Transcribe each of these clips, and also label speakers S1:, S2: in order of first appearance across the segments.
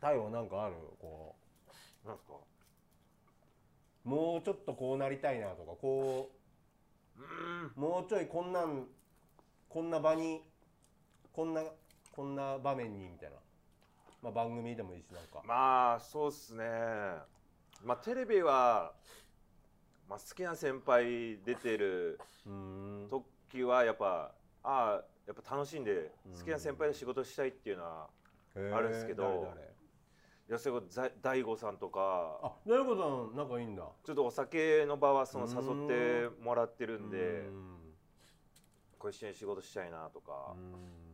S1: 太陽なんかあるこ
S2: なんすか
S1: うもうちょっとこうなりたいなとかこ
S2: うーん
S1: うもうちょいこんなんこんな場にこんなこんな場面にみたいな、まあ、番組でもいいしなんか、
S2: まあそうっすねまあテレビは、まあ、好きな先輩出てる
S1: うーん
S2: 時はやっぱああやっぱ楽しんで
S1: うん
S2: 好きな先輩で仕事したいっていうのはあるんすけど
S1: へー誰誰
S2: いやそれこそざ大悟さんとか
S1: あ大悟さん仲いいんだ
S2: ちょっとお酒の場はその誘ってもらってるん
S1: う
S2: で
S1: ーん
S2: こう一緒に仕事したいなと
S1: うー
S2: か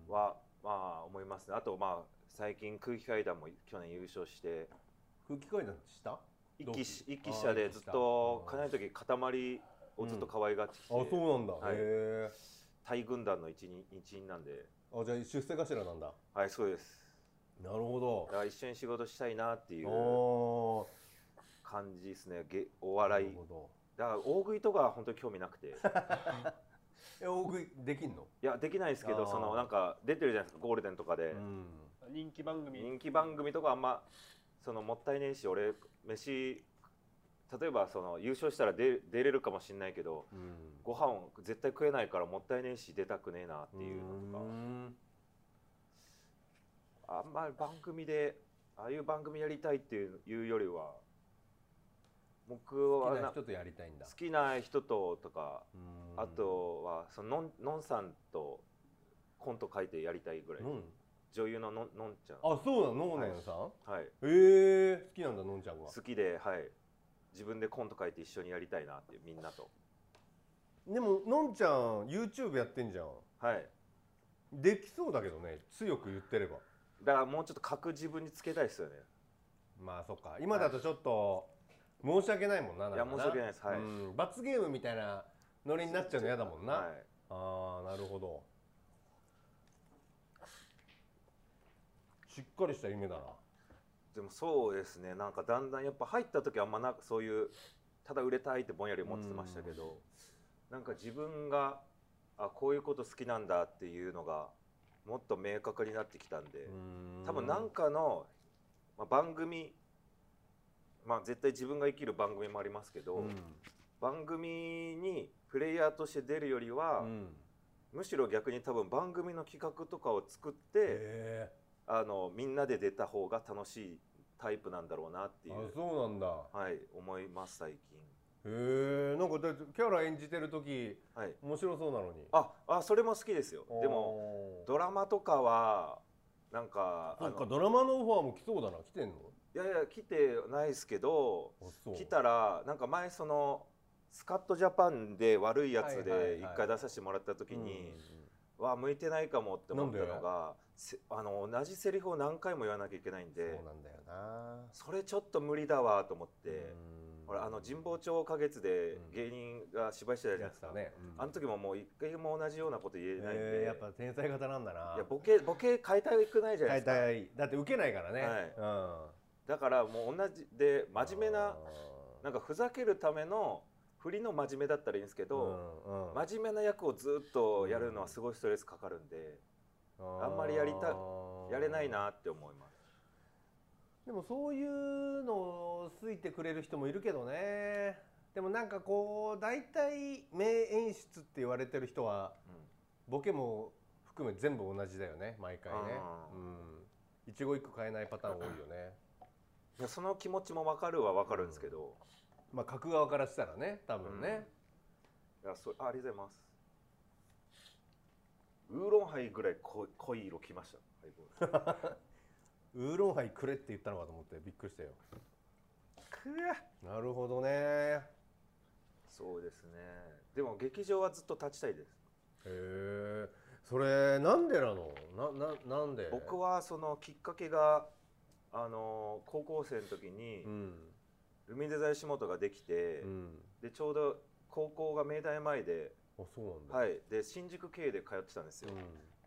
S1: ん
S2: はまあ思いますねあとまあ最近空気階段も去年優勝して
S1: 空気階段したあ
S2: 一期し一期
S1: あ
S2: 下
S1: ー
S2: で
S1: 一期
S2: ずっ
S1: 下
S2: と
S1: あー
S2: かなり時塊をずっと可愛がってきて、
S1: そうなんだ、
S2: はい
S1: へえ
S2: タイ軍団の一員一員なんで
S1: あじゃあ出世頭なんだ
S2: はいそうです
S1: なるほど
S2: だから一緒に仕事したいなっていう
S1: お
S2: 感じですねげ
S1: ー
S2: お
S1: な
S2: 笑い
S1: るほど
S2: だから大食いとかは本当に興味なくて
S1: え大食いできんの、
S2: いやできないですけ
S1: あ
S2: ど
S1: ー
S2: そのなんか出てるじゃないですかゴールデンとかで、
S1: うん、
S3: 人気番組
S2: 人気番組とかあんまそのもったいねえし俺飯例えばその優勝したら出出れるかもしれないけど
S1: うん
S2: ご飯を絶対食えないからもったいねえし出たくねえなっていうのとか。あんまり番組でああいう番組やりたいっていういうよりは僕
S1: 好
S2: は
S1: きな
S2: な好
S1: 人とやりたいんだ
S2: きな人ととか
S1: うん
S2: あとはそののんのんさんとコント書いてやりたいぐらい
S1: のん
S2: 女優ののんのんちゃん、
S1: あそうなののんねんさん、
S2: はい、
S1: ええ好きなんだのんちゃんは
S2: 好きで、はい、自分でコント書いて一緒にやりたいなっていうみんなと、
S1: でものんちゃん YouTube やってんじゃん
S2: はい、
S1: できそうだけどね強く言ってれば
S2: だからもうちょっと格自分につけたいですよね
S1: まあそっか今だとちょっと申し訳ないもんななんか
S2: いや申し訳ないですはい
S1: うん罰ゲームみたいなノリになっちゃうの嫌だもんな、
S2: はい、
S1: ああなるほどしっかりした夢だな
S2: でもそうですねなんかだんだんやっぱ入った時はあんまなんかそういうただ売れたいってぼんやり思ってましたけどなんか自分があこういうこと好きなんだっていうのがもっと明確になってきたんで多分何かの、まあ、番組まあ絶対自分が生きる番組もありますけど、
S1: うん
S2: 番組にプレイヤーとして出るよりは、
S1: うん
S2: むしろ逆に多分番組の企画とかを作って、
S1: へ
S2: あのみんなで出た方が楽しいタイプなんだろうなって
S1: え
S2: い
S1: あ
S2: う
S1: そうなんだ
S2: はい思います最近
S1: へえなんかだってキャラ演じてる時
S2: はい
S1: 面白そうなのに
S2: ああそれも好きですよでも
S1: も
S2: ドラマとかはなんか
S1: そっか
S2: あの
S1: ドラマのオファーも来そうだな来てんの
S2: いやいや来てないですけど
S1: あそう
S2: 来たらなんか前そのスカットジャパンで悪いやつ
S1: はいはいはい
S2: で一回出させてもらった時に、わあ向いてないかもって思った
S1: な
S2: の
S1: んで
S2: がせあの同じセリフを何回も言わなきゃいけないん
S1: うん
S2: で
S1: そうなんだよな
S2: それちょっと無理だわと思って。
S1: うん
S2: 俺あの神保町花月で
S1: うん
S2: 芸人が芝居してたじゃな
S1: や
S2: い
S1: つ
S2: ですか、
S1: だねうん
S2: あの時ももう一回も同じようなこと言えないんで、
S1: へえやっぱ天才型なんだない
S2: やボケボケ変えたくないじゃな
S1: 変え
S2: いですか
S1: たいだって受けないからね、
S2: はい
S1: うん
S2: だからもう同じで真面目ななん
S1: か
S2: んかふざけるための振りの真面目だったらいいんですけど、真面目な役をずっとやるのはすごいストレスかかるんで、あんまりやりたやれないなって思います
S1: でもそういうのを好いてくれる人もいるけどねでもなんかこう大体名演出って言われてる人はボケも含め全部同じだよね毎回ね
S2: あー
S1: うん一期一句変えないパターン多いよね
S2: いやその気持ちも分かるは分かるんですけど、
S1: まあ書く側からしたらね多分ね、
S2: いやそあありがとうございますウーロンハイぐらい濃い濃い色きましたハイボール
S1: ウーロンハイくれって言ったのかと思ってびっくりしたよなるほどねへ
S2: そうですねでも劇場はずっと立ちたいです、
S1: えそれなんでなのなななんで
S2: 僕はそのきっかけがあの高校生の時に
S1: うん
S2: ルミネ座吉本ができて、
S1: うん
S2: でちょうど高校が明大前で,、
S1: あそうなんだ、
S2: はいい、で新宿経営で通ってたんです
S1: う
S2: よ、
S1: ん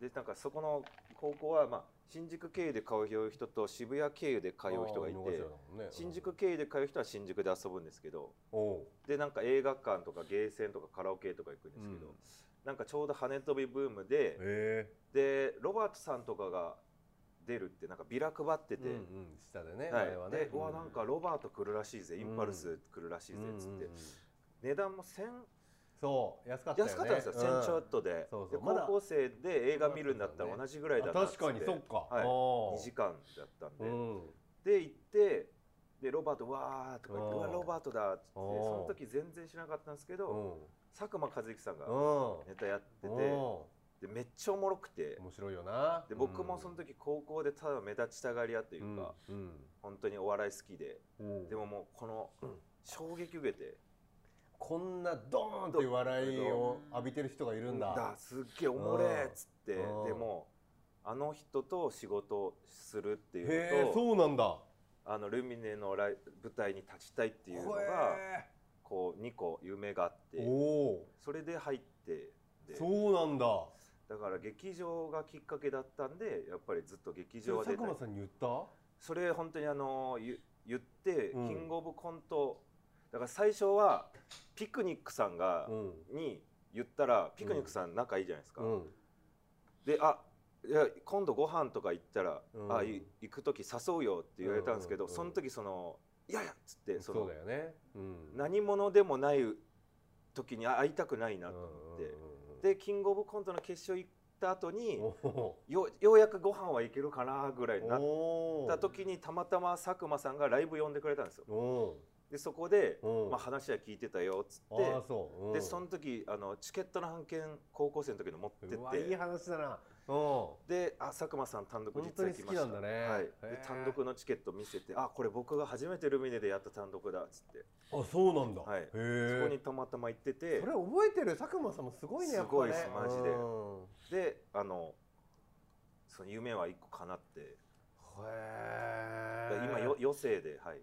S2: でなんかそこの高校は、まあ、新宿経営で通う人と渋谷経由で通う人がい
S1: あー井
S2: て
S1: の頭だもんねうん
S2: 新宿経由で通う人は新宿で遊ぶんですけど
S1: おう
S2: でなんか映画館とかゲーセンとかカラオケとか行くんですけど、
S1: うん
S2: なんかちょうど跳ね飛びブームで
S1: へえ
S2: でロバートさんとかが出るってなんかビラ配ってて、
S1: うんうん、下でね、
S2: はい
S1: あれはね
S2: で、うわなんかロバート来るらしいぜインパルス来るらしいぜっつって、値段も1000
S1: そう安かったよね
S2: 安かったんですよ、
S1: う
S2: 1000ちょっとで
S1: そうそう
S2: で
S1: まだ
S2: 高校生で映画見るんだったら同じぐらいだな
S1: あ
S2: っつって
S1: 確かにそっか、
S2: はい
S1: おー
S2: 2時間だったんで、
S1: うん
S2: で行ってでロバートわーとか言って
S1: う
S2: うんわロバートだっつってそ
S1: うん
S2: の時全然知らなかったんですけど、佐久間一行さんが
S1: うんうん
S2: ネタやってて、
S1: 面
S2: でめっちゃおもろくて
S1: 白いよな
S2: で僕もその時高校でただ目立ちたがり屋というか、
S1: うん
S2: 本当にお笑い好きで
S1: うん
S2: でももうこの
S1: うん
S2: 衝撃受けて、
S1: こんなドーンという笑いを浴びてる人がいるんだ
S2: だすっげえおもれーっつってで
S1: うん
S2: もあの人と仕事するっていう
S1: へ
S2: の
S1: え
S2: と
S1: そうなんだ
S2: あのルミネのライ舞台に立ちたいっていうのが
S1: へ
S2: こう2個夢があっ
S1: え
S2: て
S1: おお
S2: それで入ってで
S1: そうなんだ
S2: だから劇場がきっかけだったんでやっぱりずっと劇
S1: それ
S2: 場は出
S1: 佐久
S2: たい
S1: 間さんに言った
S2: それ本当にあのゆ言って、
S1: うん
S2: キングオブコントだから最初はピクニックさんが、
S1: うん
S2: に言ったらピクニックさん仲いいじゃないですか、
S1: うん
S2: であいや今度ご飯とか行ったら、
S1: うん
S2: あい行く時誘うよって言われたんですけど、
S1: うんうんうん
S2: その時その「いやいや」っつってそ
S1: そ
S2: の
S1: うだよねうん
S2: 何者でもない時にあ会いたくないなと思って、でキングオブコントの決勝行った後に
S1: お
S2: よようやくご飯は行けるかなぐらいになっ
S1: お
S2: た時にたまたま佐久間さんがライブ呼んでくれたんですよ
S1: お
S2: でそこで、
S1: お
S2: まあ、話は聞いてたよっつ
S1: ああ
S2: っ
S1: そうう
S2: て
S1: ん
S2: でその時あのチケットの半券高校生の時の持って
S1: うわいい
S2: て
S1: 話だなうん
S2: であ佐久間さん単独
S1: 本
S2: 実
S1: 当
S2: は
S1: に
S2: 来
S1: 好
S2: ま
S1: き
S2: した
S1: なんだね
S2: はい
S1: へえ
S2: で単独のチケット見せてあこれ僕が初めてルミネでやった単独だっつって
S1: あそうなんだ、
S2: はい
S1: へ
S2: そこに
S1: え
S2: たまたま行ってて
S1: それ覚えてる佐久間さんもすごいねやっぱね
S2: すごいですマジで
S1: うん
S2: であのその夢は一個叶って
S1: へえ
S2: 今よ余生ではい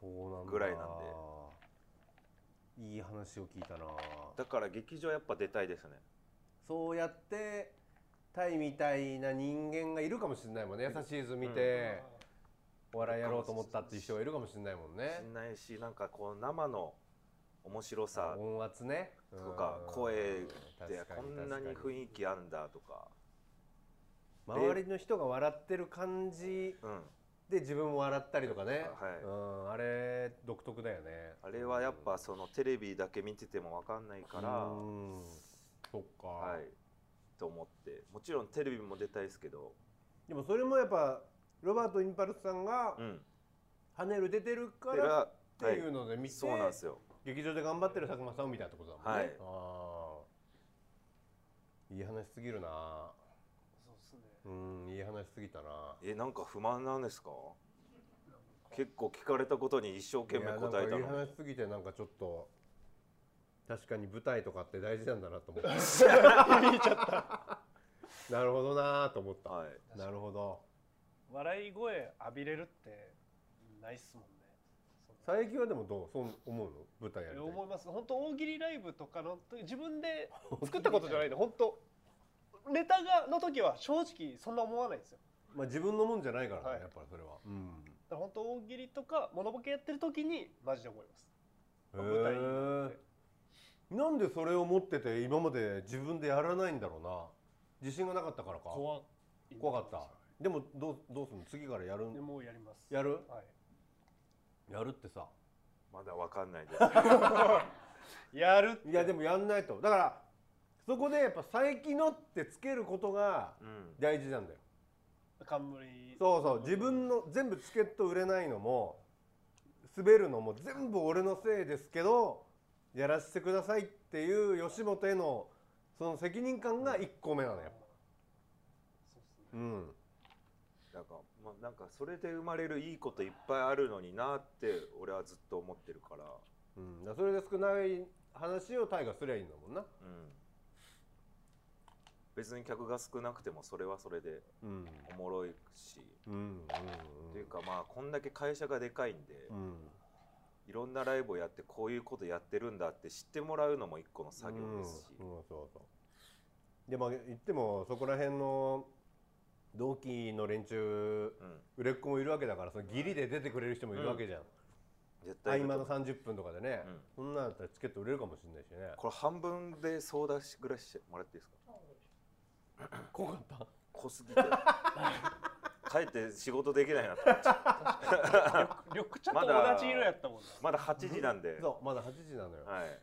S1: そうなんだ
S2: ぐらいなん
S1: でいい話を聞いたな
S2: だから劇場やっぱ出たいですね
S1: そうやってタイみたいな人間がいるかもしれないもんね優しい図見て、お笑いやろうと思ったっていう人がいるかもしれないもんね
S2: しんないしなんかこう生の面白さ
S1: 音圧ね
S2: とか
S1: うん
S2: 声で
S1: 確か
S2: こんなに
S1: 確か
S2: 雰囲気あんだとか
S1: 周りの人が笑ってる感じ
S2: うん
S1: で自分も笑ったりとかね、
S2: はい
S1: うん、あれ独特だよね
S2: あれはやっぱそのテレビだけ見ててもわかんないから
S1: うんそっか、
S2: はいと思ってもちろんテレビも出たいですけど
S1: でもそれもやっぱロバート・インパルスさんが
S2: うん
S1: 「跳ねる出てるか
S2: それ
S1: ら」
S2: が
S1: っていうので見て、
S2: そうなんですよ
S1: 劇場で頑張ってる佐久間さんを見たってことだもんね、
S2: はい
S1: あーいい話すぎるな
S3: そうですね。
S1: うんいい話すぎたな
S2: えなんか不満なんですか結構聞かれたことに一生懸命答
S1: いやなんか
S2: えたの
S1: いい話すぎてなんかちょっと確かに舞台とかって大事なんだなと思った 言っちゃったなるほどなと思った、
S2: はい
S1: なるほど
S3: 笑い声浴びれるってないっすもんね。その
S1: 最近はでもどうそう思うの舞台やりたい
S3: 思います。本当大喜利ライブとかの自分で作ったことじゃないんで本当ネタがの時は正直そんな思わないんですよ。
S1: まあ自分のもんじゃないからね、
S3: はい
S1: やっぱりそれは、うん、
S3: だから本当大喜利とかモノボケやってる時にマジで思います。舞台
S1: 舞台なんでそれを持ってて今まで自分でやらないんだろうな自信がなかったからか怖
S3: 怖い
S1: かったでもどうどうするの次からやるん
S3: でもうやります。
S1: やる
S3: は
S1: やるってさ
S2: まだわかんない です
S3: い。やるって。
S1: いやでもやんないとだからそこでやっぱ「佐伯の」ってつけることが
S2: うん
S1: 大事なんだよ
S3: 冠。
S1: そうそう自分の全部チケット売れないのも滑るのも全部俺のせいですけどやらせてくださいっていう吉本へのその責任感が1個目なのよ、
S3: そうですね。
S1: うん、
S2: なんか、まあ、なんかそれで生まれるいいこといっぱいあるのになって俺はずっと思ってるから、
S1: うん、だからそれで少ない話を大河すりゃいいんだもんな、
S2: うん、別に客が少なくてもそれはそれで
S1: うん、
S2: おもろいし、
S1: うんうん
S2: っていうかまあこんだけ会社がでかいんで、
S1: うん
S2: いろんなライブをやってこういうことやってるんだって知ってもらうのも一個の作業ですし、
S1: うんうんそうそうでも言ってもそこら辺の同期の連中
S2: うん
S1: 売れっ子もいるわけだからそのギリで出てくれる人もいるわけじゃん、
S2: 絶
S1: 合
S2: 対いると
S1: 間
S2: 思
S1: の
S2: う
S1: 30分とかでね、
S2: うん
S1: そんなんだったらチケット売れるかもしれないしね
S2: これ半分で相談しぐらいしてもらっていいですか
S1: 怖かった
S2: 濃すぎて帰って仕事できないなと思って
S3: 緑茶と
S2: ま
S3: 同
S2: だ
S3: じ色やったもんな
S2: まだ8時なんで、
S1: そうまだ8時なのよ
S2: はい、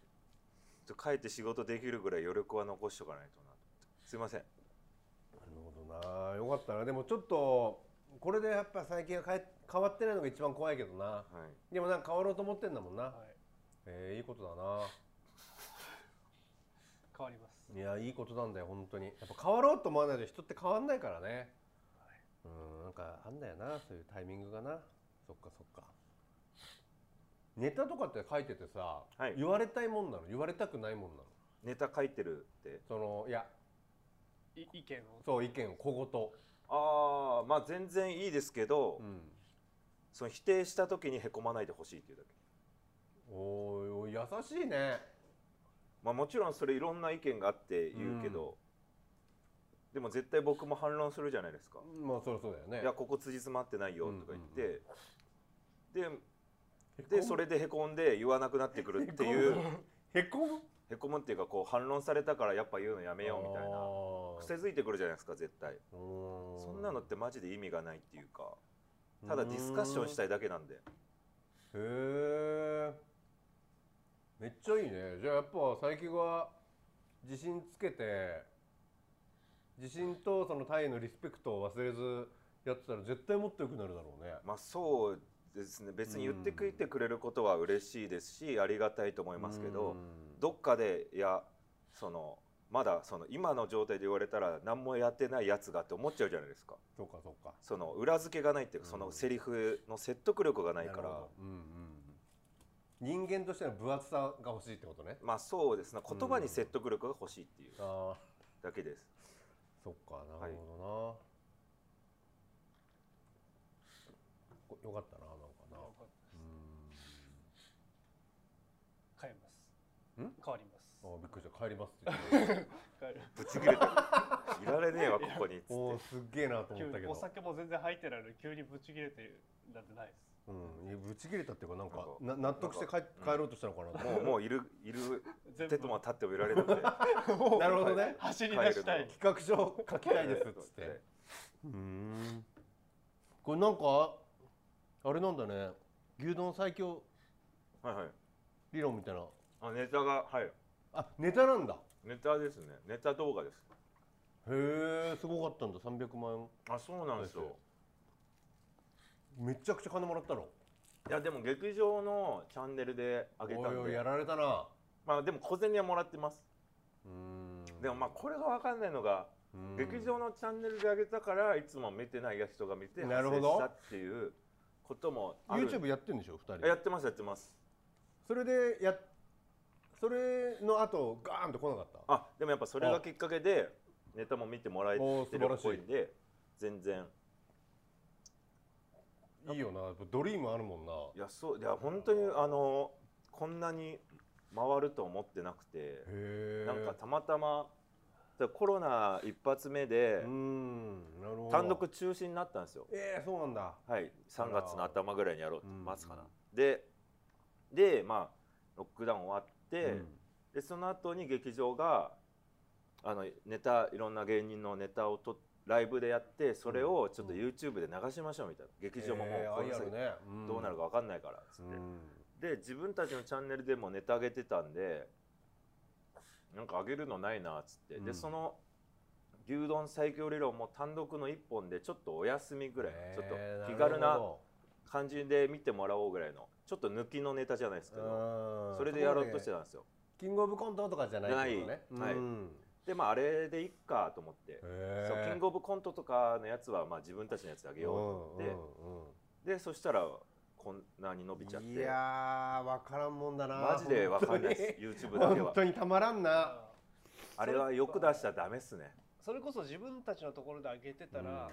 S2: ちょ帰って仕事できるぐらい余力は残しとかないとなと思ってすいません
S1: なるほどなよかったなでもちょっとこれでやっぱ最近は変え変わってないのが一番怖いけどな
S2: はい
S1: でもなんか変わろうと思ってんだもんな、
S3: はい
S1: えーいいことだ
S3: 変わります
S1: ないやいいことなんだよ本当にやっぱ変わろうと思わないと人って変わんないからね、うんなんかあんだよなそういうタイミングがなそっかそっかネタとかって書いててさ、
S2: はい
S1: 言われたいもんなの言われたくないもんなの
S2: ネタ書いてるって
S1: そのいや
S3: い意見を
S1: そう意見を小
S2: ああまあ全然いいですけど、
S1: 言、うん
S2: その否定した時にへこまないでほしいっていうだけ、
S1: おー優しいね
S2: まあ、もちろんそれいろんな意見があって言うけど、でも絶対僕も反論するじゃないですか、
S1: まあそりゃそうだよね
S2: いやここ辻詰まってないよとか言って、
S1: へこ
S2: で
S1: む
S2: でそれでへこんで言わなくなってくるっていう
S1: へこむ
S2: へこむっていうかこう反論されたからやっぱ言うのやめようみたいな癖
S1: な
S2: づいてくるじゃないですか絶対そ
S1: そ
S2: んなのってマジで意味がないっていうかただディスカッションした
S1: い
S2: いだけなんで
S1: へえめっちゃいいねじゃあやっぱ佐伯が自信つけて自信とそのタイのリスペクトを忘れずやってたら絶対もっと良くなるだろうね
S2: まあそうですね別に言ってくれてくれることは嬉しいですしありがたいと思いますけど
S1: うん
S2: どっかでいやそのまだその今の状態で言われたら何もやってないやつがって思っちゃうじゃないですか
S1: そうかそうか
S2: その裏付けがないっていうか
S1: うん
S2: そのセリフの説得力がない
S1: な
S2: か
S1: る
S2: ら
S1: ほどうんうん人間としての分厚さが欲しいってことね
S2: まあそうですね言葉に説得力が欲しいっていう
S1: ああ
S2: だけです
S1: そっかな
S2: はい
S1: るほどな、こよかったななんかなう
S3: 変えます
S1: ん
S3: 変わります
S1: んあびっくりした帰りますって言って
S3: 変える
S2: ぶち切れたいられねえわここにっつって
S1: おーすっげえなと
S3: 急
S1: 思ったけ
S3: に
S1: ど
S3: お酒も全然入ってないのに急にぶち切れてるなんてないです
S1: うんいやぶち切れたっていうかなんかな納得して帰
S2: なんかうん
S1: 帰ろうとしたのかなと思
S2: もうもういるいる
S3: 全
S2: 手とも立ってもいられなくて
S3: も う
S1: なるほどね
S3: 走り出したい
S1: 企画書書きたいです っつっ
S2: はい
S1: てうんこれなんかあれなんだね牛丼最強
S2: はいはい
S1: 理論みたいな
S2: あネタがはい
S1: あネタなんだ
S2: ネタですねネタ動画です
S1: へえすごかったんだ300万
S2: あそうなんですよ
S1: 円めちゃくちゃ金もらったの
S2: いやでも劇場のチャンネルで上げた
S1: おい
S2: ん
S1: おい
S2: で
S1: やられたな
S2: まあでも小銭はもらってます
S1: うん
S2: でもまあこれが分かんないのが
S1: うん
S2: 劇場のチャンネルで上げたからいつも見てない人が見て
S1: なる
S2: 発
S1: ほ
S2: 生
S1: ど
S2: したっていうこともある
S1: YouTube やってるんでしょ2
S2: や
S1: 人
S2: ってますやってます
S1: それでやっそれの後ガーンと来なかった
S2: あでもやっぱそれがきっかけでネタも見てもらえ
S1: おー
S2: て
S1: 素晴
S2: る
S1: ら
S2: っ
S1: しい
S2: ぽいんで全然
S1: いいよなやっぱドリームあるもんない
S2: やそういや本当にあのこんなに回ると思ってなくて
S1: へえ
S2: なんかたまたまだからコロナ一発目で
S1: うんなるほど
S2: 単独中止になったんですよ
S1: ええそうなんだ
S2: はい3月の頭ぐらいにやろうと
S1: うん
S2: 待つかな
S1: うん
S2: ででまあロックダウン終わって、
S1: うん
S2: でその後に劇場があのネタいろんな芸人のネタをとライブでやってそれをちょっと YouTube で流しましょうみたいな、劇場ももう
S1: ええ
S2: この
S1: あ
S2: 先
S1: るねん
S2: どうなるか分かんないからっつ
S1: う
S2: って、
S1: ん
S2: で自分たちのチャンネルでもネタ上げてたんでなんか上げるのないなっつって、
S1: う
S2: で
S1: ん
S2: その牛丼最強理論も単独の1本でちょっとお休みぐらい、
S1: ええ
S2: ちょっと気軽な
S1: るほ
S2: 感じで見てもらおうぐらいのちょっと抜きのネタじゃないですけど、
S1: どうん
S2: それでやろうとしてたんですよ。
S1: キングオブコントとかじゃないけどね
S2: ないはい
S1: うん
S2: でまああれでいっかと思って
S1: へ、
S2: そうキ
S1: え
S2: ングオブコントとかのやつはまあ自分たちのやつであげよ
S1: うん
S2: で
S1: うんうん
S2: うでそしたらこんなに伸びちゃって
S1: いやー分からんもんだな
S2: マジでわかんないです YouTube だけ
S1: 本
S2: は
S1: 当にたまらんな
S3: あ
S2: あれはよく出したらダメっすね
S3: それこそ自分たちのところで上げてたら、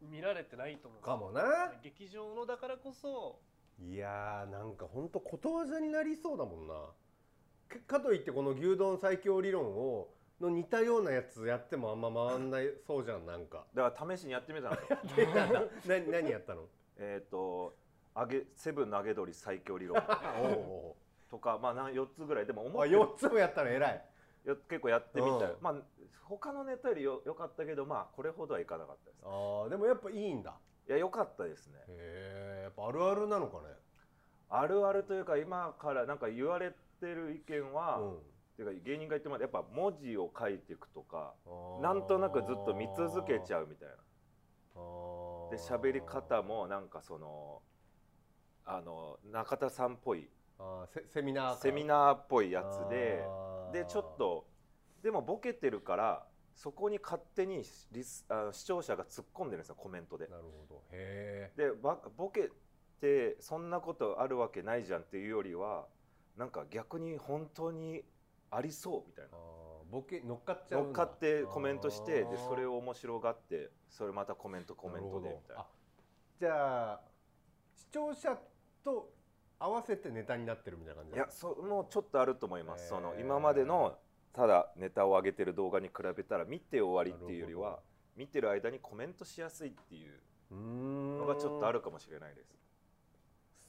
S3: 見られてないと思う
S1: かもな
S3: 劇場のだからこそ
S1: いやーなんかほんとことわざになりそうだもんなけかといってこの牛丼最強理論をの似たようなやつやってもあんま回んないそうじゃんなんか
S2: だから試しにやってみたんです
S1: で
S2: よ
S1: なな何やったの
S2: えっと揚げセブンの揚げ鶏最強理論
S1: おうお
S2: とかまあ4つぐらいでも
S1: うおう
S2: 思
S1: あ
S2: って
S1: 4つもやったら偉い
S2: よ結構やってみた
S1: うん
S2: まあ他のネタよりよ良かったけどまあこれほどはいかなかったです
S1: ああでもやっぱいいんだ
S2: いや良かったですね
S1: へえやっぱあるあるなのかね
S2: あるあるというか今からなんか言われてる意見は、
S1: うん
S2: ていうか芸人が言ってもらうやっぱ文字を書いていくとか
S1: あー
S2: なんとなくずっと見続けちゃうみたいな
S1: あー
S2: で喋り方もなんかそのあの中田さんっぽい
S1: あーセセミナー
S2: セミ
S1: ー
S2: ナーっぽいやつででちょっとでもボケてるからそこに勝手にリスあの視聴者が突っ込んでるんですよコメントで。
S1: なるほどへえ
S2: でばボケてそんなことあるわけないじゃんっていうよりはなんか逆に本当にありそうみたいな。
S1: ボケ乗っかっちゃうん
S2: 乗っ
S1: だ
S2: かってコメントしてで
S1: あー
S2: それを面白がってそれまたコメントコメントでみたい
S1: るほど
S2: な
S1: あじゃあ視聴者と合わせてネタになってるみたいな感じ
S2: い
S1: な
S2: や
S1: の
S2: そもうちょっとあると思います、
S1: へー
S2: その今までのただネタを上げてる動画に比べたら見て終わりっていうより
S1: なる
S2: は
S1: ほ
S2: 見てる間にコメントしやすいっていう
S1: うーん
S2: のがちょっとあるかもしれないです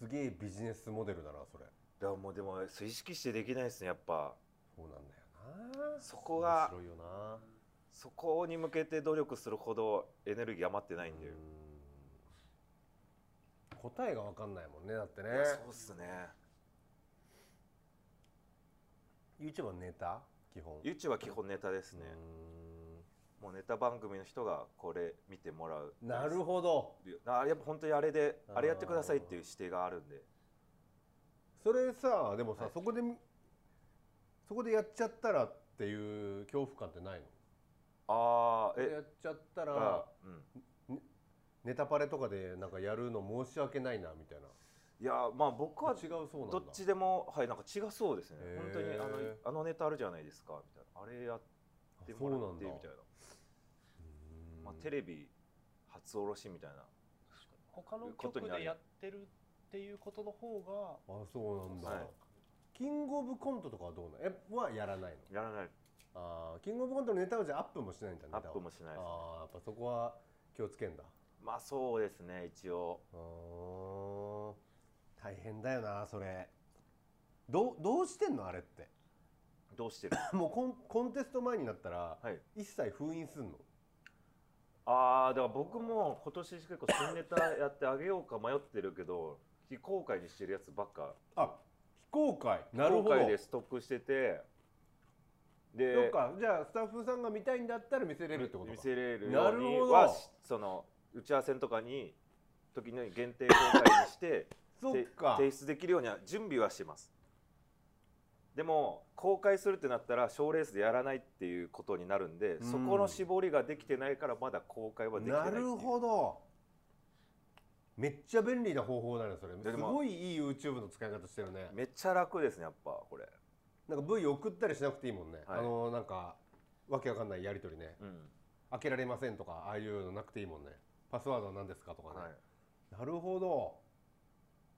S1: すげえビジネスモデルだなそれ
S2: だからもうでも意識してできないですねやっぱ
S1: そうなんだよな
S2: そこが
S1: 面白いよな
S2: そこに向けて努力するほどエネルギー余ってないんで、
S1: うーん答えが分かんないもんねだってね
S2: いやそうっすね
S1: YouTube はネタ基本
S2: YouTube は基本ネタですね、もうネタ番組の人がこれ見てもらう
S1: うーんなるほど
S2: あやっぱ本当にあれで
S1: あー
S2: あれやってくださいっていう指定があるんで
S1: それさでもさ、
S2: はい
S1: そこでそこでやっちゃったらっていう恐怖感ってないの
S2: ああ
S1: それや
S2: え
S1: っちゃったら
S2: あ、うん、
S1: ネタパレとかでなんかやるの申し訳ないなみたいない
S2: やまあ僕は
S1: 違うそうなんだ
S2: どっちでもはいなんか違そうですね
S1: へー
S2: 本当にあのあのネタあるじゃないですかみたいなあれやってもらってみたいなまあ、テ
S1: レ
S2: レビ初おろしみたいな
S3: 他の曲でやってるっていうことの方が
S1: あそうなんだ、
S2: はい
S1: キングオブコントとかはどうなのえはやらないの
S2: やらない
S1: あーキングオブコントのネタはじゃあアップもしないんだネ
S2: ア
S1: タ
S2: ッ
S1: は
S2: プもしないです
S1: あーやっぱそこは気をつけんだ
S2: まあそうですね一応
S1: うーん大変だよなそれどうどうしてんのあれって
S2: どうしてる
S1: もうコンコンテスト前になったら、
S2: はい
S1: 一切封印すんの
S2: ああだから僕も今年結構新ネタやってあげようか迷ってるけど非公開にしてるやつばっか
S1: あ非公開なる
S2: 今
S1: ほど
S2: 回でストックしててで
S1: そっかじゃあスタッフさんが見たいんだったら見せれるってことか
S2: 見せれる
S1: な
S2: よ
S1: る
S2: う
S1: ほ
S2: に
S1: ど
S2: はしその打ち合わせとかに時に限定公開にして
S1: そってか
S2: 提出できるようには準備はしてますでも公開するってなったら賞ーレースでやらないっていうことになるんで、
S1: うん
S2: そこの絞りができてないからまだ公開はできてない
S1: な
S2: っていう
S1: るほどめっちゃ便利な方法だねそれ
S2: ですも
S1: ごいいい YouTube の使い方してるね
S2: めっちゃ楽ですねやっぱこれ、
S1: なんか V 送ったりしなくていいもんね、
S2: はい
S1: あのなんかわけわかんないやり取りね
S2: うん
S1: 開けられませんとかああいうのなくていいもんねパスワードは何ですかとかね、
S2: はい
S1: なるほど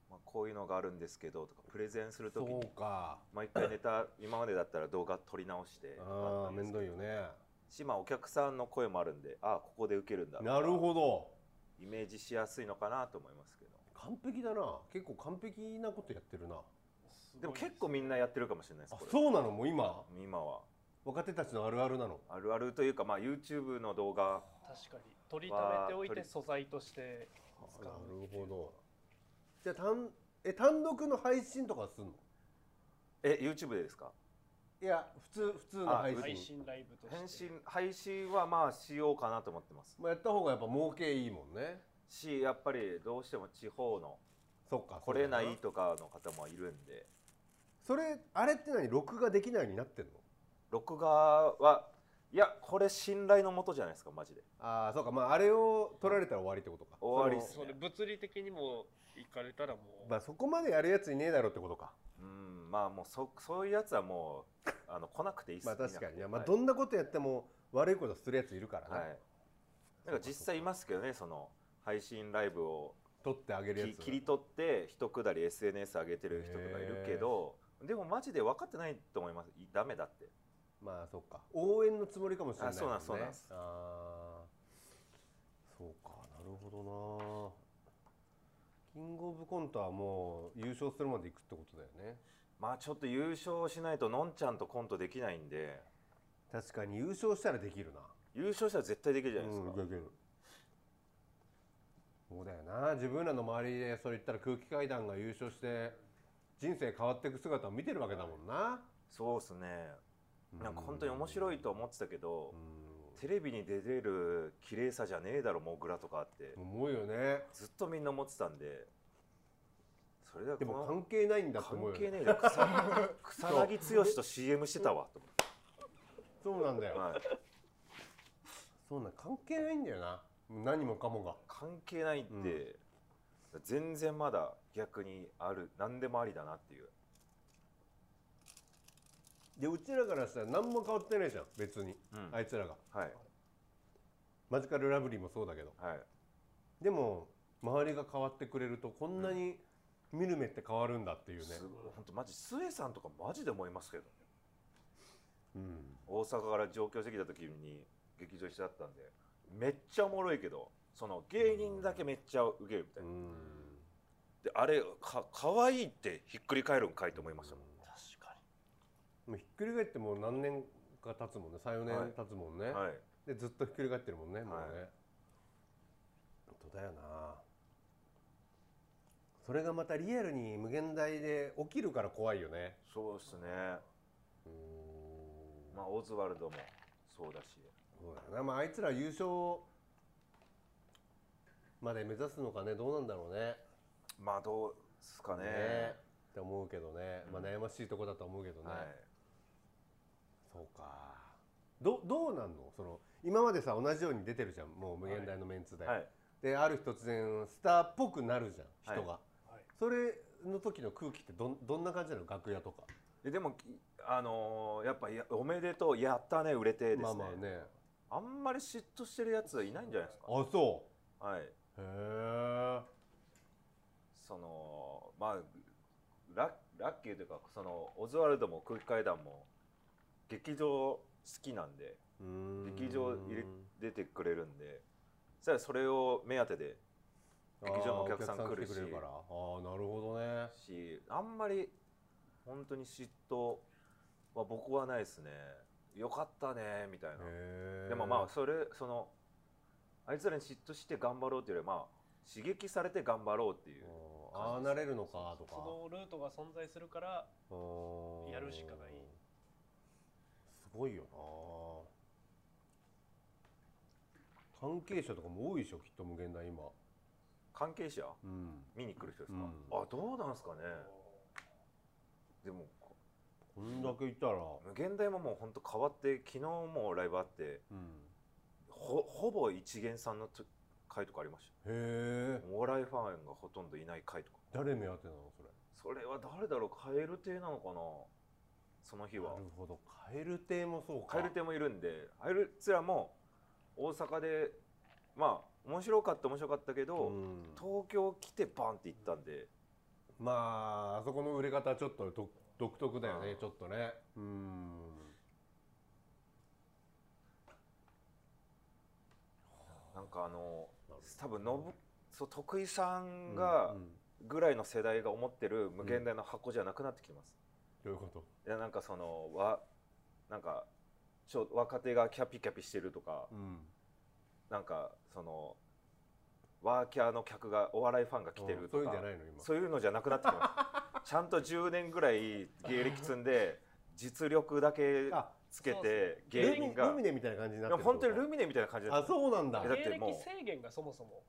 S2: まあ、こういうのがあるんですけどとかプレゼンする時
S1: そ
S2: に
S1: うか
S2: 毎回ネタ今までだったら動画撮り直して
S1: ああ
S2: ったり
S1: 面
S2: して
S1: 倒いよね
S2: しまあお客さんの声もあるんでああここで受けるんだ
S1: なるほど
S2: イメージしやすいのかなと思いますけど
S1: 完璧だな結構完璧なことやってるな
S3: すごい
S2: でも
S3: す
S2: 結構みんなやってるかもしれないです
S1: あ
S2: これ
S1: そうなのもう今
S2: 今は
S1: 若手たちのあるあるなの
S2: あるあるというか、まあ、YouTube の動画
S3: 確かに取りためておいて素材として使
S1: なる
S3: う
S1: ほどじゃあ単え単独の配信とかすんの
S2: え YouTube でですか
S1: いや普通普通の配信
S3: 配信ライブとして
S2: 返信配信はまあしようかなと思ってます
S1: まあ、やった方がやっぱ儲けいいもんね
S2: しやっぱりどうしても地方の
S1: そっか
S2: 来れない
S1: そうだ
S2: とかの方もいるんで
S1: それあれって何録画できないようになってんの
S2: 録画はいやこれ信頼のもとじゃないですかマジで
S1: ああそうかまああれを取られたら終わりってことか
S2: 終わりっす
S1: そ
S3: それ物理的にも行かれたらも
S1: の
S3: う、
S1: まあそこまでやるやついねえだろってことか
S2: うんまあもうそそういうやつはもうあの来なくていいっす
S1: まあ確かにね、まあ、
S2: はい
S1: どんなことやっても悪いことするやついるからね、
S2: はい、なんか実際いますけどねその配信ライブを
S1: 取ってあげるや
S2: き
S1: つ
S2: 切り取って一くだり SNS 上げてる人とかいるけどでもマジで分かってないと思いますいダメだって
S1: まあそっか応援のつもりかもしれないもね
S2: あそうなんですそう
S1: あーそうかなるほどなキングオブコントはもう優勝するまでいくってことだよね
S2: まあちょっと優勝しないとのんちゃんとコントできないんで
S1: 確かに優勝したらできるな
S2: 優勝したら絶対できるじゃないですか、
S1: うん、できるそうだよな自分らの周りでそれ言ったら空気階段が優勝して人生変わっていく姿を見てるわけだもんな、
S2: そうですねなんか本当に面白いと思ってたけど、
S1: うん
S2: テレビに出れる綺麗さじゃねえだろモグラとかって
S1: 思うよね
S2: ずっとみんな思ってたんでそれだ
S1: で
S2: け
S1: も関係ないんだと
S2: 関
S1: 思うよ、
S2: 係
S1: ね、
S2: ねえだろ 草草薙剛と CM してたわと思っ
S1: そうなんだ
S2: て、
S1: よ、
S2: はい、
S1: そうなん関係ないんだよな何もかもが
S2: 関係ないって、全然まだ逆にある何でもありだなっていう
S1: でうちらからしたら何も変わってないじゃん別に、
S2: うん
S1: あいつらが
S2: はい
S1: マジカルラブリーもそうだけど
S2: はい
S1: でも周りが変わってくれるとこんなに見る目って変わるんだっていうね、
S2: すごい本当マジスエさんとかマジで思いますけどね
S1: うん、
S2: 大阪から上京してきた時に劇場一緒だったんでめっちゃおもろいけどその芸人だけめっちゃウケるみたいな、であれか可愛いってひっくり返るんかいと思いましたもん、
S3: 確か
S1: もうひっくり返ってもう何年か経つもんね34
S2: はい
S1: 年経つもんね、
S2: はい
S1: でずっとひっくり返ってるもんねもうね、
S2: はい
S1: 本当だよなそれがまたリアルに無限大で起きるから怖いよね
S2: そうですね
S1: うん
S2: まあオズワルドもそうだし
S1: そうだよなまああいつら優勝まで目指すのかねどうなんだろうね
S2: まあどうですかね
S1: ねって思うけどね、まあ、
S2: うん
S1: 悩ましいとこだと思うけどね、
S2: はい
S1: そうかどどうなんのその今までさ同じように出てるじゃんもう無限大のメンツで、
S2: はい、
S1: である日突然スターっぽくなるじゃん人が、
S3: に、はい、
S1: それの時の空気ってどんどんな感じなの楽屋とか、
S2: ででもきあのーやっぱやおめでとうやったね売れてですね,、
S1: ま
S2: あ
S1: あまあね
S2: んまり嫉妬してるやつはいないんじゃないですか
S1: あそ
S2: はい、
S1: うへえ
S2: そのまあララッキーというかそのオズワルドも空気階段も劇場好きなんで劇場入れ出てくれるんでそしたらそれを目当てで劇場もお客さん来るし
S1: あーお客さん来てくれるからああなるほどね
S2: しあんまり本当に嫉妬は僕はないですねよかったねみたいな
S1: へえ
S2: でもまあそれそのあいつらに嫉妬して頑張ろうというよりはまあ刺激されて頑張ろうっていう
S1: ああーなれるのかとか
S3: そのルートが存在するから
S1: うん
S3: やるしかない
S1: すごいよな関係者とかも多いでしょきっと無限大今
S2: 関係者
S1: うん
S2: 見に来る人ですか、
S1: うん
S2: あどうなんですかねでも
S1: こんだけいたら
S2: 無限大ももう本当変わって昨日もライブあって
S1: うん
S2: ほほぼ一元さんのと回とかありまし
S1: へえ
S2: たお笑いファンがほとんどいない回とか
S1: 誰目当てなのそれ
S2: それは誰だろう蛙亭なのかなその日は
S1: なるほど蛙亭もそうか
S2: 蛙亭もいるんであいつらも大阪でまあ面白かった面白かったけど、
S1: うん
S2: 東京来てバンって行ったんで
S1: まああそこの売れ方はちょっと独独特だよ
S2: う
S1: ね
S2: ん
S1: ちょっとねうん
S2: なんかあの
S1: なるほど
S2: 多分のぶそう徳井さんが
S1: うん
S2: ぐらいの世代が思ってる無限大の箱じゃなくなってきてます、
S1: どういうこと
S2: いやなんかそのわなんかちょ若手がキャピキャピしてるとか、
S1: うん
S2: なんかそのワーキャーの客がお笑いファンが来てる
S1: そ
S2: と
S1: ういうん
S2: か
S1: じゃないの今
S2: そういうのじゃなくなってきますちゃんと10年ぐらい芸歴積んで実力だけ
S1: あ
S2: つけ
S3: そうで
S2: て
S1: ル
S2: 芸
S1: ミ
S2: 人が
S1: ルミネみたいな感じになって
S2: でも
S1: る
S2: 本当に
S1: って
S2: ル
S1: こ
S2: ミネみたいな感じ
S1: と
S2: で
S1: あそうなんだ
S2: えだってもう
S3: 芸歴制限がそもそも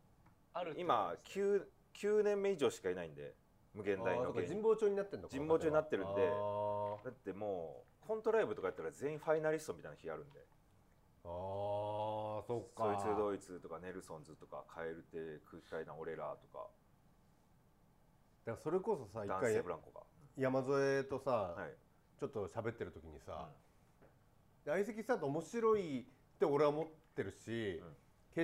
S3: あるっていう
S2: 今
S3: ことですね
S2: 9, 9年目以上しかいないんで無限大
S1: あーそ
S2: の
S1: うか
S2: 芸人
S1: 神保町になってるのか
S2: 神保町になってるんで
S1: あー
S2: だってもうコントライブとかやったら全員ファイナリストみたいな日あるんで
S1: あーそっ
S2: そい
S1: か
S2: つドイツとかネルソンズとか蛙亭空気階段俺らとか
S1: だからそれこそさ一
S2: 男
S1: 回
S2: 性ブランコ
S1: 山添とさ、
S2: が、はい、
S1: ちょっと喋ってる時にさで相席スタート面白いって俺は思ってるし、
S2: うん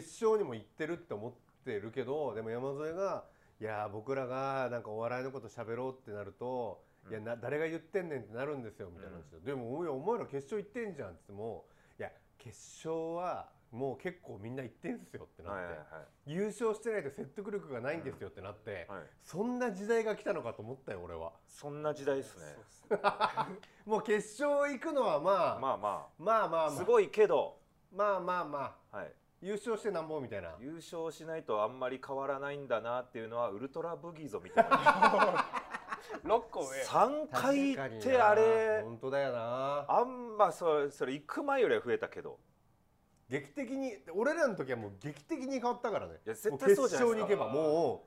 S1: 決勝にも行ってるって思ってるけどでも山添が「いやー僕らがなんかお笑いのこと喋ろうってなると、
S2: うん
S1: いやな誰が言ってんねんってなるんですよ」みたいな話で、でもお前お前ら決勝行ってんじゃん」っつっても「いや決勝はもう結構みんな言ってんすよってなって、
S2: はいはい
S1: 優勝してないと説得力がないんですよってなって、
S2: はい、はい、
S1: そんな時代が来たのかと思ったよ俺は
S2: そんな時代ですね
S1: もう決勝行くのはまあ、
S2: ま
S1: ま
S2: あま
S1: あまあ
S2: あ
S1: まあ
S2: すごいけど、
S1: まあまあまあ
S2: はい、
S1: 優勝してなんぼみたいな
S2: 優勝しないとあんまり変わらないんだなっていうのはウルトラブギーゾみた いな
S3: 六個上
S2: 3回
S1: 確か
S2: 行
S1: に
S2: っ
S1: な
S2: てあれ
S1: 本当だよな
S2: あんまそれそれ行く前よりは増えたけど
S1: 劇的に俺らの時はもう劇的に変わったからね
S2: いや絶対そうじゃない
S1: もう決勝に行
S2: ですか
S1: けばも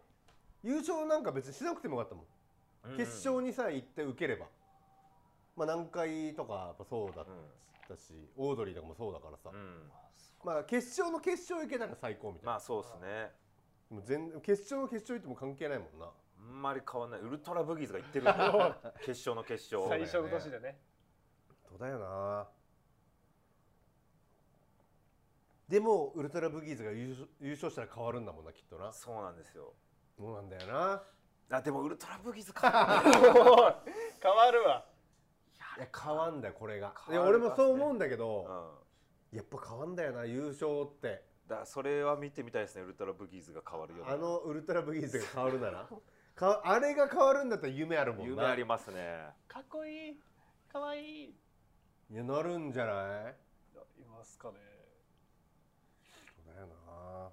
S1: う優勝なんか別にしなくてもよかったもん、
S2: うん
S1: 決勝にさえ行って受ければまあ南海とかやっぱそうだっ
S2: う
S1: たし、オードリーとかもそうだからさ、
S2: ん、うん
S1: まあ決勝の決勝行けたら最高みたいな、
S2: まあそうですね
S1: もう全決勝の決勝行っても関係ないもんな
S2: あんまり変わらないウルトラブギーズが行ってる んだ決勝の決勝
S3: 最初の年でね
S1: そうだよなでもウルトラブギーズが優勝優勝したら変わるんだもんなきっとな
S2: そうなんですよ
S1: そうなんだよな
S2: あでもウルトラブギーズか
S3: おい 変わるわ
S1: いや変わんだよこれがい
S2: 変
S1: や
S2: わる
S1: 俺
S2: か
S1: もそう 思うんだけ
S2: うん
S1: ど、やっぱ変わんだよな優勝って
S2: だからそれは見てみたいですねウルトラブギーズが変わるような
S1: あのウルトラブギーズが変わるな らかあれが変わるんだったら夢あるもんな
S2: 夢ありますね
S3: かっこいいかわいい
S1: いやなるんじゃない
S3: いますかね
S1: そうだよな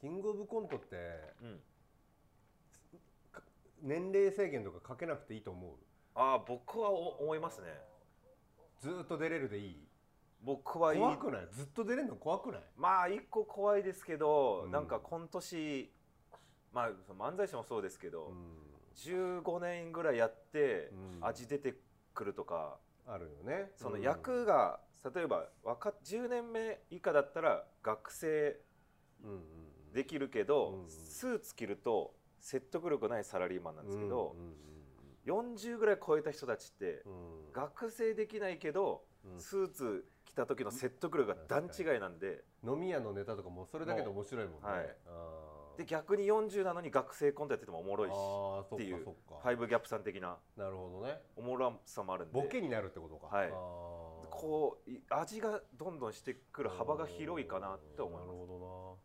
S1: キングオブコントって
S2: うん
S1: 年齢制限とかかけなくていいと思う
S2: ああ僕はお思いますね
S1: ずーっと出れるでいい
S2: 僕はいい
S1: 怖くないずっと出れるの怖くない
S2: まあ一個怖いですけど、
S1: うん
S2: なんか今年まあその漫才師もそうですけど、
S1: う
S2: 15年ぐらいやって
S1: うん
S2: 味出てくるとか、
S1: んあるよね
S2: その役が例えば若10年目以下だったら学生
S1: うんうんうん
S2: できるけど、
S1: うん
S2: スーツ着ると説得力ないサラリーマンなんですけど
S1: う、ん
S2: 40ぐらい超えた人たちって
S1: うんうんうん
S2: 学生できないけど、
S1: うん
S2: スーツ着た時の説得力が段違いなんで
S1: 飲み屋のネタとかもそれだけで面白いもんね
S2: はい
S1: あー
S2: で逆に40なのに学生コントやっててもおもろいし
S1: あーそ
S2: っていう
S1: っかそっか、
S2: ファイブギャップさん的な
S1: なるほどね
S2: おもろさもあるんで
S1: ボケになるってことか、
S2: はい
S1: あー
S2: こうい味がどんどんしてくる幅が広いかなって思い
S1: な
S2: ま
S1: るほ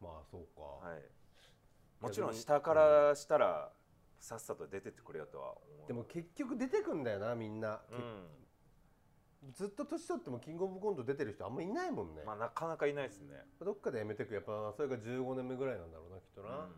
S1: どなまあそうか、
S2: す、はい、もちろん下からしたらさっさと出てってくれよとは思う
S1: でも結局出てくんだよなみんな、
S2: うん
S1: ずっと年取ってもキングオブコント出てる人あんまいないもんね、
S2: まあ、なかなかいないですね、
S1: どっかでやめてくやっぱそれが15年目ぐらいなんだろうなきっと
S2: う
S1: な、
S2: ん